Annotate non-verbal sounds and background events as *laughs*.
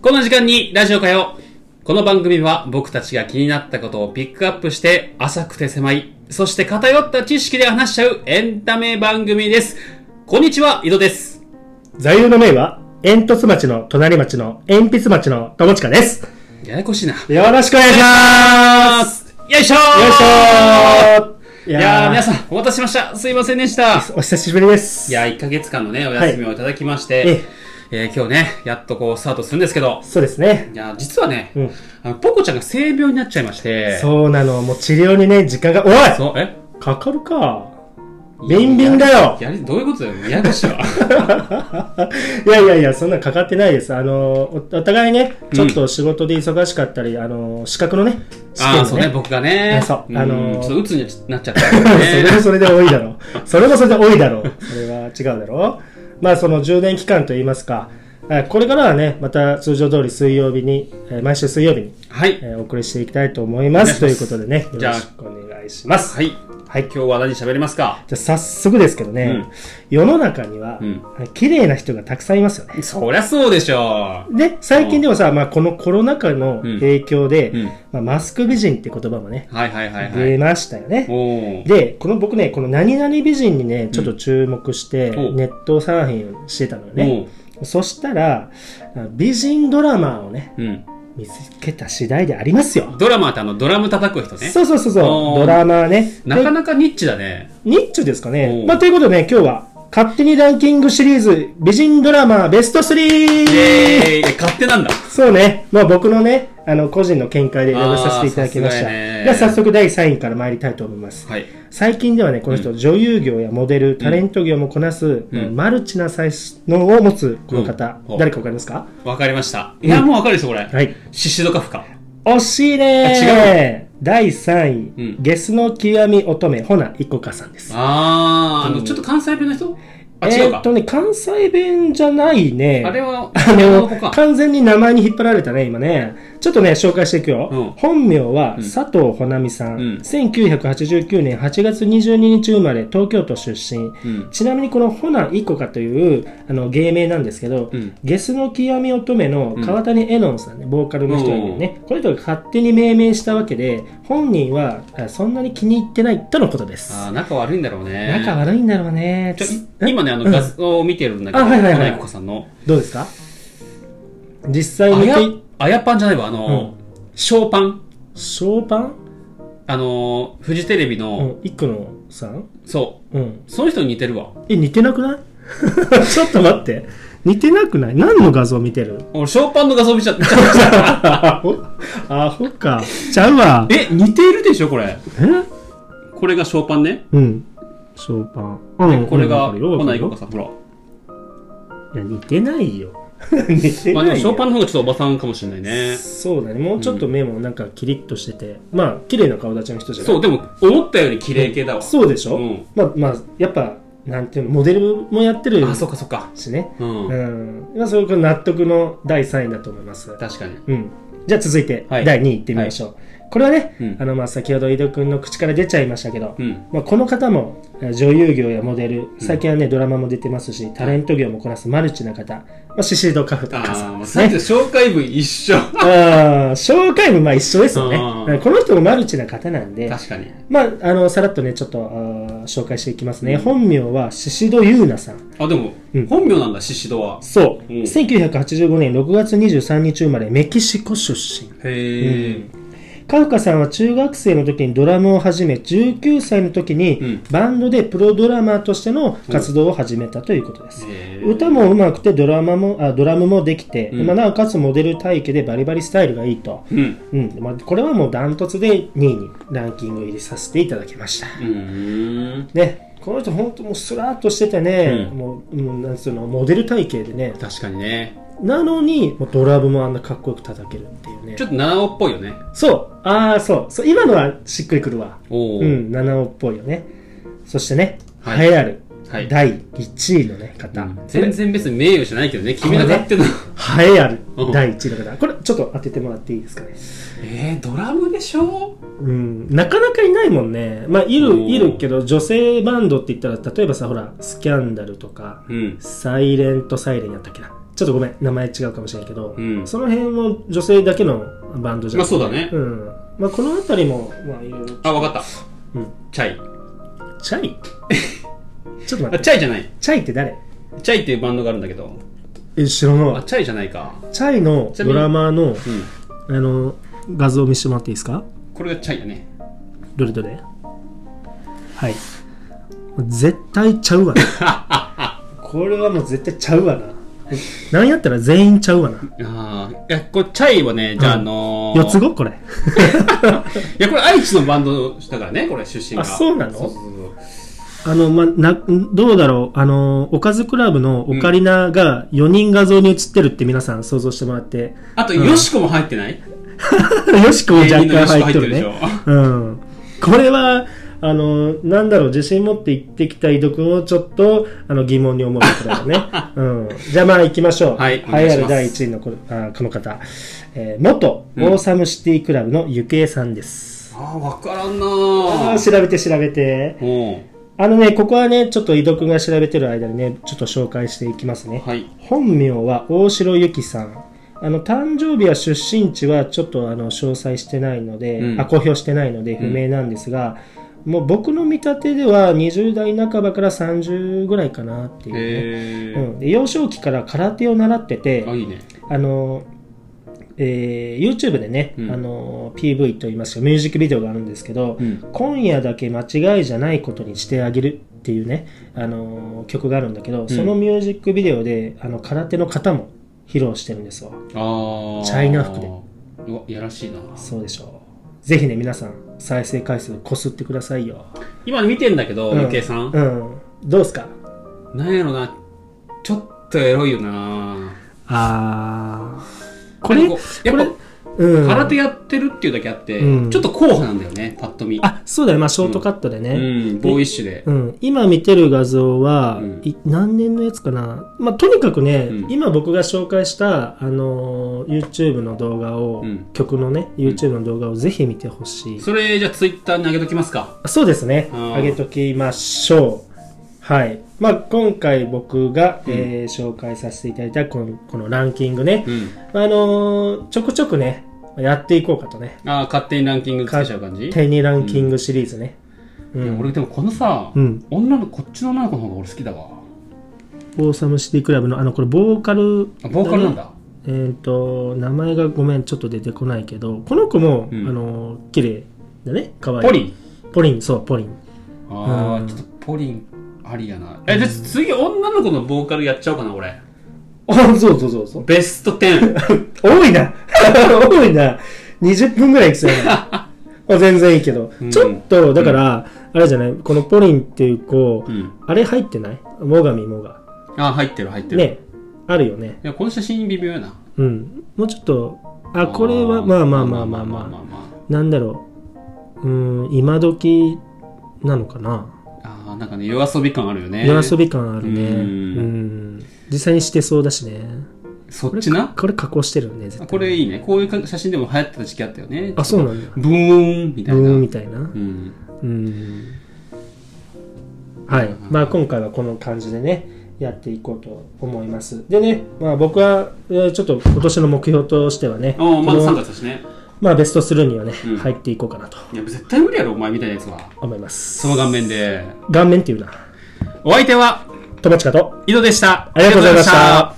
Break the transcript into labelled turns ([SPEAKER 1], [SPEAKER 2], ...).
[SPEAKER 1] この時間にラジオかよこの番組は僕たちが気になったことをピックアップして浅くて狭い、そして偏った知識で話しちゃうエンタメ番組です。こんにちは、井戸です。
[SPEAKER 2] 座右の銘は、煙突町の隣町の鉛筆町の友近です。
[SPEAKER 1] ややこしいな。よ
[SPEAKER 2] よろしくお願いします。
[SPEAKER 1] いしょー
[SPEAKER 2] よいしょーい
[SPEAKER 1] いやー、皆
[SPEAKER 2] ん、
[SPEAKER 1] さん、お待たせしました。すいませんでした。
[SPEAKER 2] お久しぶりです。
[SPEAKER 1] いやー、1ヶ月間のね、お休みをいただきまして、
[SPEAKER 2] ええ
[SPEAKER 1] えー今日ね、やっとこう、スタートするんですけど、
[SPEAKER 2] そうですね。
[SPEAKER 1] いやー、実はね、
[SPEAKER 2] うん。
[SPEAKER 1] あの、ポコちゃんが性病になっちゃいまして、
[SPEAKER 2] そうなの、もう治療にね、時間が、おい
[SPEAKER 1] そう、え
[SPEAKER 2] かかるか。ビンビンだよ。
[SPEAKER 1] やり、どういうことだよ、ややこしいわ。
[SPEAKER 2] *laughs* いやいやいや、そんなかかってないです。あの、おお互いね、ちょっと仕事で忙しかったり、あの、資格のね、試
[SPEAKER 1] ああ、
[SPEAKER 2] 験
[SPEAKER 1] そ
[SPEAKER 2] の
[SPEAKER 1] うね、
[SPEAKER 2] ね。
[SPEAKER 1] 僕がね。
[SPEAKER 2] あそうんあのー
[SPEAKER 1] ちょっと鬱になっちゃったから
[SPEAKER 2] *laughs* それも
[SPEAKER 1] ね。
[SPEAKER 2] それで多いだろう。それもそれで多いだろう。それは違うだろう。まあ、その充電期間といいますか、えーこれからはね、また通常通り水曜日に、えー毎週水曜日に、
[SPEAKER 1] はい。
[SPEAKER 2] えーお送りしていきたいと思います。
[SPEAKER 1] お
[SPEAKER 2] と
[SPEAKER 1] 願
[SPEAKER 2] い
[SPEAKER 1] いうしま
[SPEAKER 2] こ
[SPEAKER 1] す
[SPEAKER 2] とでね、よ
[SPEAKER 1] じゃあ
[SPEAKER 2] ろしくお願いします。
[SPEAKER 1] はい。
[SPEAKER 2] はい。
[SPEAKER 1] 今日は何喋りますか
[SPEAKER 2] じゃあ早速ですけどね、
[SPEAKER 1] うん
[SPEAKER 2] 世の中には、
[SPEAKER 1] うん
[SPEAKER 2] 綺麗な人がたくさんいますよね。
[SPEAKER 1] そりゃそうでしょ
[SPEAKER 2] で、最近でもさ、まあ、このコロナ禍の影響で、
[SPEAKER 1] う。うん。
[SPEAKER 2] まあ、マスク美人って言葉もね、
[SPEAKER 1] はいはいはいは
[SPEAKER 2] 出
[SPEAKER 1] い。
[SPEAKER 2] ましたよね。
[SPEAKER 1] おー。
[SPEAKER 2] で、この僕ね、この何々美人にね、ちょっと注目して、
[SPEAKER 1] うんお
[SPEAKER 2] ネットサーフィンしてたのよ
[SPEAKER 1] お
[SPEAKER 2] ね。そしたら、美人ドラマーをね、
[SPEAKER 1] ーうん。
[SPEAKER 2] 見つけた次第でありますよ。
[SPEAKER 1] ドラマーってあの、ドラム叩く人ね。
[SPEAKER 2] そうそうそうそ
[SPEAKER 1] お
[SPEAKER 2] う、
[SPEAKER 1] ー
[SPEAKER 2] ドラマーね。
[SPEAKER 1] なか
[SPEAKER 2] で
[SPEAKER 1] なかニッチだね。
[SPEAKER 2] ニッチですかね
[SPEAKER 1] お。
[SPEAKER 2] まあ、ということで、ね、今日は、勝手にランキングシリーズ、美人ドラマーベスト 3!
[SPEAKER 1] イエーイ勝手なんだ。
[SPEAKER 2] そうね、まあ僕のね、あの、個人の見解で選ばさせていただきまし
[SPEAKER 1] あーさすが
[SPEAKER 2] た。
[SPEAKER 1] やね
[SPEAKER 2] では早速第3位から参りたいと思います。
[SPEAKER 1] はい。
[SPEAKER 2] 最近ではね、この人、女優業やモデル、タレント業もこなす、
[SPEAKER 1] うん
[SPEAKER 2] マルチな才能を持つこの方、
[SPEAKER 1] うん
[SPEAKER 2] 誰かわかりますか
[SPEAKER 1] わかりました。いや、もうわかるでしょ、これ。
[SPEAKER 2] はい。
[SPEAKER 1] シシドカフか。
[SPEAKER 2] 惜しいね
[SPEAKER 1] あ
[SPEAKER 2] 違う第3位、
[SPEAKER 1] うん
[SPEAKER 2] ゲスの極み乙女、ほな、いこかさんです。
[SPEAKER 1] あー、あ
[SPEAKER 2] う
[SPEAKER 1] の、
[SPEAKER 2] ん
[SPEAKER 1] ちょっと関西弁の人あ、
[SPEAKER 2] え
[SPEAKER 1] 違う
[SPEAKER 2] ー
[SPEAKER 1] か
[SPEAKER 2] っ。とね、関西弁じゃないね。
[SPEAKER 1] あれは、
[SPEAKER 2] あの
[SPEAKER 1] ここ、か。
[SPEAKER 2] 完全に名前に引っ張られたね、今ね。ちょっとね、紹介していくよ。
[SPEAKER 1] うん
[SPEAKER 2] 本名は
[SPEAKER 1] うん
[SPEAKER 2] 佐藤穂波さん,、
[SPEAKER 1] うん
[SPEAKER 2] 1989年8月22日生まれ、東京都出身。
[SPEAKER 1] うん。
[SPEAKER 2] ちなみにこのホナイコカというあの芸名なんですけど、
[SPEAKER 1] うん
[SPEAKER 2] ゲスの極み乙女の川谷絵音さんね、ボーカルの人にね、この人が勝手に命名したわけで、本人はあそんなに気に入ってないとのことです。
[SPEAKER 1] あー、仲悪いんだろうね。
[SPEAKER 2] 仲悪いんだろうね。
[SPEAKER 1] ちょ
[SPEAKER 2] つ
[SPEAKER 1] い今ね、あの、
[SPEAKER 2] うん
[SPEAKER 1] 画像を見てるんだけど、
[SPEAKER 2] あはいはいはい
[SPEAKER 1] 花井子さんの。
[SPEAKER 2] どうですか実際
[SPEAKER 1] あ
[SPEAKER 2] に
[SPEAKER 1] や、あやパンじゃないわ、あの、ショーパン。
[SPEAKER 2] ショーパン、
[SPEAKER 1] あの、フジテレビ
[SPEAKER 2] う
[SPEAKER 1] の、
[SPEAKER 2] ん、イコのさん、
[SPEAKER 1] そ
[SPEAKER 2] うん、
[SPEAKER 1] う、その人に似てるわ。
[SPEAKER 2] え、似てなくない *laughs* ちょっと待って。似てなくない何の画像見てる *laughs*
[SPEAKER 1] 俺、ショーパンの画像見ちゃ見ちゃいました。
[SPEAKER 2] アホアホか。ちゃうわ。
[SPEAKER 1] え、似てるでしょ、これ。
[SPEAKER 2] え
[SPEAKER 1] これがショーパンね。
[SPEAKER 2] うん。ショーパン。うん
[SPEAKER 1] これが、
[SPEAKER 2] こ
[SPEAKER 1] 花井子
[SPEAKER 2] い
[SPEAKER 1] さん、ほら。
[SPEAKER 2] や、似てないよ。 *laughs* 似て
[SPEAKER 1] まあ、
[SPEAKER 2] な
[SPEAKER 1] でも、
[SPEAKER 2] い
[SPEAKER 1] ショーパ
[SPEAKER 2] よ。
[SPEAKER 1] ンの方がちょっとおばさんかもしれないね。
[SPEAKER 2] そうだね。もうちょっと目もなんかキリッとしてて。まあ、綺麗な顔立ちの人じゃない
[SPEAKER 1] そう、でも、思ったより綺麗系だわ。
[SPEAKER 2] そうでしょ
[SPEAKER 1] うん
[SPEAKER 2] まあ、まあ、やっぱ、なんていうの、モデルもやってる
[SPEAKER 1] あ、そっかそっか。
[SPEAKER 2] しね。
[SPEAKER 1] うん
[SPEAKER 2] う。ん。まあ、それが納得の第3位だと思います。
[SPEAKER 1] 確かに。
[SPEAKER 2] うん。じゃあ続いて、
[SPEAKER 1] はい
[SPEAKER 2] 第2位いってみましょう。これはね、
[SPEAKER 1] うん
[SPEAKER 2] あの、まあ、先ほど井戸くんの口から出ちゃいましたけど、
[SPEAKER 1] うん。
[SPEAKER 2] まあ、この方もえー女優業やモデル、最近はね、ドラマも出てますし、タレント業もこなすマルチな方、まあ、シシドカフ
[SPEAKER 1] あ
[SPEAKER 2] タカさ
[SPEAKER 1] ー、
[SPEAKER 2] ん
[SPEAKER 1] も
[SPEAKER 2] で
[SPEAKER 1] う
[SPEAKER 2] す
[SPEAKER 1] さっき
[SPEAKER 2] ね
[SPEAKER 1] の。紹介文一緒。
[SPEAKER 2] あー紹介もまあ一緒ですよね。だ
[SPEAKER 1] あー
[SPEAKER 2] からこの人もマルチな方なんで、
[SPEAKER 1] 確かに。
[SPEAKER 2] まあ、あの、さらっとね、ちょっとあー紹介していきますね。本名はシシドユーナさん。
[SPEAKER 1] あ、でも
[SPEAKER 2] うん、
[SPEAKER 1] 本名なんだ、シシドは。
[SPEAKER 2] そう。
[SPEAKER 1] うん
[SPEAKER 2] 1985年6月23日生まれ、メキシコ出身。
[SPEAKER 1] へえ。
[SPEAKER 2] カフカさんは中学生の時にドラムを始め、19歳の時
[SPEAKER 1] う
[SPEAKER 2] に
[SPEAKER 1] ん
[SPEAKER 2] バンドでプロドラマーとしての活動を始めたということです。
[SPEAKER 1] へー
[SPEAKER 2] 歌も上手くてドラマもあドラムもできて、
[SPEAKER 1] うん
[SPEAKER 2] まあ、なおかつモデル体型でバリバリスタイルがいいと、
[SPEAKER 1] うん。
[SPEAKER 2] うんまあ、これはもうダントツで2位にランキング入りさせていただきました
[SPEAKER 1] うーん。
[SPEAKER 2] ねこの人本当もうスラーっとしててね、
[SPEAKER 1] う
[SPEAKER 2] もううんなんつうのモデル体型でね
[SPEAKER 1] 確かにね。
[SPEAKER 2] なのにもうドラムもあんなかっこよく叩けるっていうね
[SPEAKER 1] ちょっと七尾っぽいよね。
[SPEAKER 2] そうああそうそう今のはしっくりくるわ
[SPEAKER 1] おお。
[SPEAKER 2] うん、七尾っぽいよね。そしてね、
[SPEAKER 1] はい
[SPEAKER 2] 栄えある
[SPEAKER 1] はい
[SPEAKER 2] 第1位の、ね、方、
[SPEAKER 1] 全然別に名誉じゃないけどね、君の勝手な。
[SPEAKER 2] 栄えある
[SPEAKER 1] うん
[SPEAKER 2] 第1位の方、これちょっと当ててもらっていいですかね。
[SPEAKER 1] *laughs* えー、ドラムでしょ
[SPEAKER 2] うん、なかなかいないもんね。まあ、い
[SPEAKER 1] お
[SPEAKER 2] る、
[SPEAKER 1] ー
[SPEAKER 2] いるけど、女性バンドって言ったら、例えばさ、ほら、スキャンダルとか、
[SPEAKER 1] うん。
[SPEAKER 2] サイレントサイレンやったっけな。ちょっとごめん、名前違うかもしれんけど、
[SPEAKER 1] うん
[SPEAKER 2] その辺も女性だけのバンドじゃん。
[SPEAKER 1] まあそうだね
[SPEAKER 2] うん。まあこの辺りも、まあいろいろ。
[SPEAKER 1] あ、わかった。
[SPEAKER 2] うん。
[SPEAKER 1] チャイ。*laughs*
[SPEAKER 2] チャイちょっと待
[SPEAKER 1] あ、
[SPEAKER 2] って。
[SPEAKER 1] チャイじゃない。
[SPEAKER 2] チャイって誰
[SPEAKER 1] チャイっていうバンドがあるんだけど。
[SPEAKER 2] え、知らな
[SPEAKER 1] あ、
[SPEAKER 2] い。
[SPEAKER 1] チャイじゃないか。
[SPEAKER 2] チャイの
[SPEAKER 1] ちなみ
[SPEAKER 2] ド
[SPEAKER 1] に
[SPEAKER 2] ラマーの、
[SPEAKER 1] うん。
[SPEAKER 2] あの、画像を見せてもらっていいですか
[SPEAKER 1] これがチャイだね。
[SPEAKER 2] どれどれはい。絶対ちゃうわな。 *laughs* これはもう絶対ちゃうわな。なんやったら全員ちゃうわな。
[SPEAKER 1] ああ。いや、これチャイはね、じゃあ、あのー
[SPEAKER 2] 四つ子 *laughs* これ。
[SPEAKER 1] *laughs* いや、これ愛知のバンドだからね、これ出身が。
[SPEAKER 2] あそうなの
[SPEAKER 1] そうそうそう
[SPEAKER 2] あの、ま、な、どうだろう。あの、おかずクラブのオカリナが4人画像に写ってるって皆さん想像してもらって。
[SPEAKER 1] あと、ヨシコも入ってない
[SPEAKER 2] よしこも若干入っとる
[SPEAKER 1] 芸人の
[SPEAKER 2] ね
[SPEAKER 1] よしこ入っ。
[SPEAKER 2] うん。これは、あの、なんだろう、自信持って行ってきた井戸くんをちょっと、あの、疑問に思うところだね。うん。じゃあまあ行きましょう。
[SPEAKER 1] はいお願い
[SPEAKER 2] 栄
[SPEAKER 1] しま
[SPEAKER 2] え
[SPEAKER 1] す
[SPEAKER 2] ある第1位のこあこの方。えー元、オーサムシティクラブのゆけいさんです。
[SPEAKER 1] ああ、わからんな
[SPEAKER 2] ああ、
[SPEAKER 1] ぁ。
[SPEAKER 2] 調べて調べて。
[SPEAKER 1] う
[SPEAKER 2] あのね、ここはね、ちょっと井戸くんが調べてる間にね、ちょっと紹介していきますね
[SPEAKER 1] ん。。はい。
[SPEAKER 2] 本名は大城由紀さん。あの、誕生日や出身地はちょっとあの、詳細してないので、
[SPEAKER 1] うん
[SPEAKER 2] あ、公表してないので不明なんですが、もう僕の見立てでは20代半ばから30ぐらいかなっていうね。
[SPEAKER 1] へ
[SPEAKER 2] う
[SPEAKER 1] え。
[SPEAKER 2] ん、で幼少期から空手を習ってて、
[SPEAKER 1] あ、いいね。
[SPEAKER 2] あの、えー YouTube でね、
[SPEAKER 1] うん
[SPEAKER 2] あの PV といいますかミュージックビデオがあるんですけど、
[SPEAKER 1] うん
[SPEAKER 2] 今夜だけ間違いじゃないことにしてあげるっていうね、あの曲があるんだけど、そのミュージックビデオであの空手の型も披露してるんですよ
[SPEAKER 1] ああ。
[SPEAKER 2] チャイナ服で
[SPEAKER 1] うわ、いやらしいな
[SPEAKER 2] そうでしょうぜひね皆さん再生回数こすってくださいよ
[SPEAKER 1] 今見てんだけど、
[SPEAKER 2] うん
[SPEAKER 1] ゆけいさん。
[SPEAKER 2] うんどうすか
[SPEAKER 1] なんやろな。ちょっとエロいよな
[SPEAKER 2] あーこれ
[SPEAKER 1] なんかやっ
[SPEAKER 2] う
[SPEAKER 1] ぱ、
[SPEAKER 2] ん
[SPEAKER 1] 空手やってるっていうだけあって、
[SPEAKER 2] うん
[SPEAKER 1] ちょっと硬派なんだよね、パッと見。
[SPEAKER 2] あそうだよまあショートカットでね、
[SPEAKER 1] うん、ボーイッシュで。
[SPEAKER 2] うん、今見てる画像は、
[SPEAKER 1] うん
[SPEAKER 2] い何年のやつかな、まあ、とにかくね、
[SPEAKER 1] うん
[SPEAKER 2] 今僕が紹介した、あのー YouTube の動画を、
[SPEAKER 1] うん
[SPEAKER 2] 曲のね YouTube の動画をぜひ見てほしい、
[SPEAKER 1] それ、じゃあツイッターに上げときますか。
[SPEAKER 2] そうですね
[SPEAKER 1] うん
[SPEAKER 2] 上げときましょうはい、まあ、今回僕が、えー紹介させていただいたこのこのランキングね、
[SPEAKER 1] うん。
[SPEAKER 2] あのーちょくちょくねやっていこうかとね
[SPEAKER 1] ああ、勝手にランキングつけちゃう感じ
[SPEAKER 2] 手にランキングシリーズね、う
[SPEAKER 1] いや
[SPEAKER 2] ん
[SPEAKER 1] 俺でもこのさ、
[SPEAKER 2] うん
[SPEAKER 1] 女のこっちの女の子の方が俺好きだわ
[SPEAKER 2] オーサムシティクラブのあのこれボーカル
[SPEAKER 1] あボーカルなんだ、
[SPEAKER 2] えー、と名前がごめんちょっと出てこないけどこの子も、
[SPEAKER 1] うん
[SPEAKER 2] あの綺麗だね可愛い
[SPEAKER 1] ポリン
[SPEAKER 2] ポリンそうポリン
[SPEAKER 1] ああ、
[SPEAKER 2] うん
[SPEAKER 1] ちょっとポリンありやなえじゃあ次女の子のボーカルやっちゃおうかな俺
[SPEAKER 2] あそうそうそうそう
[SPEAKER 1] ベスト10
[SPEAKER 2] 多いな *laughs* 多いな20分ぐらいいきそう *laughs* やなあ全然いいけど、
[SPEAKER 1] うん
[SPEAKER 2] ちょっとだから、あれじゃないこのポリンっていう子、
[SPEAKER 1] *laughs* うん
[SPEAKER 2] あれ入ってないモガミモガ
[SPEAKER 1] あー入ってる入ってる、
[SPEAKER 2] ねあるよね
[SPEAKER 1] いやこの写真微妙やな
[SPEAKER 2] うんもうちょっとあ
[SPEAKER 1] ー
[SPEAKER 2] これはまあまあまあまあまあ、
[SPEAKER 1] まあま
[SPEAKER 2] なんだろううん今時なのかな
[SPEAKER 1] ああーなんかね夜遊び感あるよね
[SPEAKER 2] 夜遊び感あるね
[SPEAKER 1] う
[SPEAKER 2] うんん実際にしてそうだしね
[SPEAKER 1] そっちな
[SPEAKER 2] これ加工してるよね絶
[SPEAKER 1] あ
[SPEAKER 2] 対
[SPEAKER 1] これいいねこういうか写真でも流行ってた時期あったよね
[SPEAKER 2] あそうなんだ
[SPEAKER 1] ブーンみた
[SPEAKER 2] ブ
[SPEAKER 1] いな
[SPEAKER 2] ーンみたいな
[SPEAKER 1] うん
[SPEAKER 2] うんはいまあ今回はこの感じでねやっていこうと思いますでねまあ僕はえーちょっと今年の目標としてはね
[SPEAKER 1] あーまだ
[SPEAKER 2] こ
[SPEAKER 1] 3
[SPEAKER 2] の
[SPEAKER 1] 月だしね
[SPEAKER 2] まあベスト3にはね
[SPEAKER 1] うん
[SPEAKER 2] 入っていこうかなと
[SPEAKER 1] いや絶対無理やろお前みたいなやつは
[SPEAKER 2] 思います
[SPEAKER 1] その顔面で
[SPEAKER 2] 顔面っていうな
[SPEAKER 1] お相手は
[SPEAKER 2] 友近と
[SPEAKER 1] 井戸でした。
[SPEAKER 2] ありがとうございました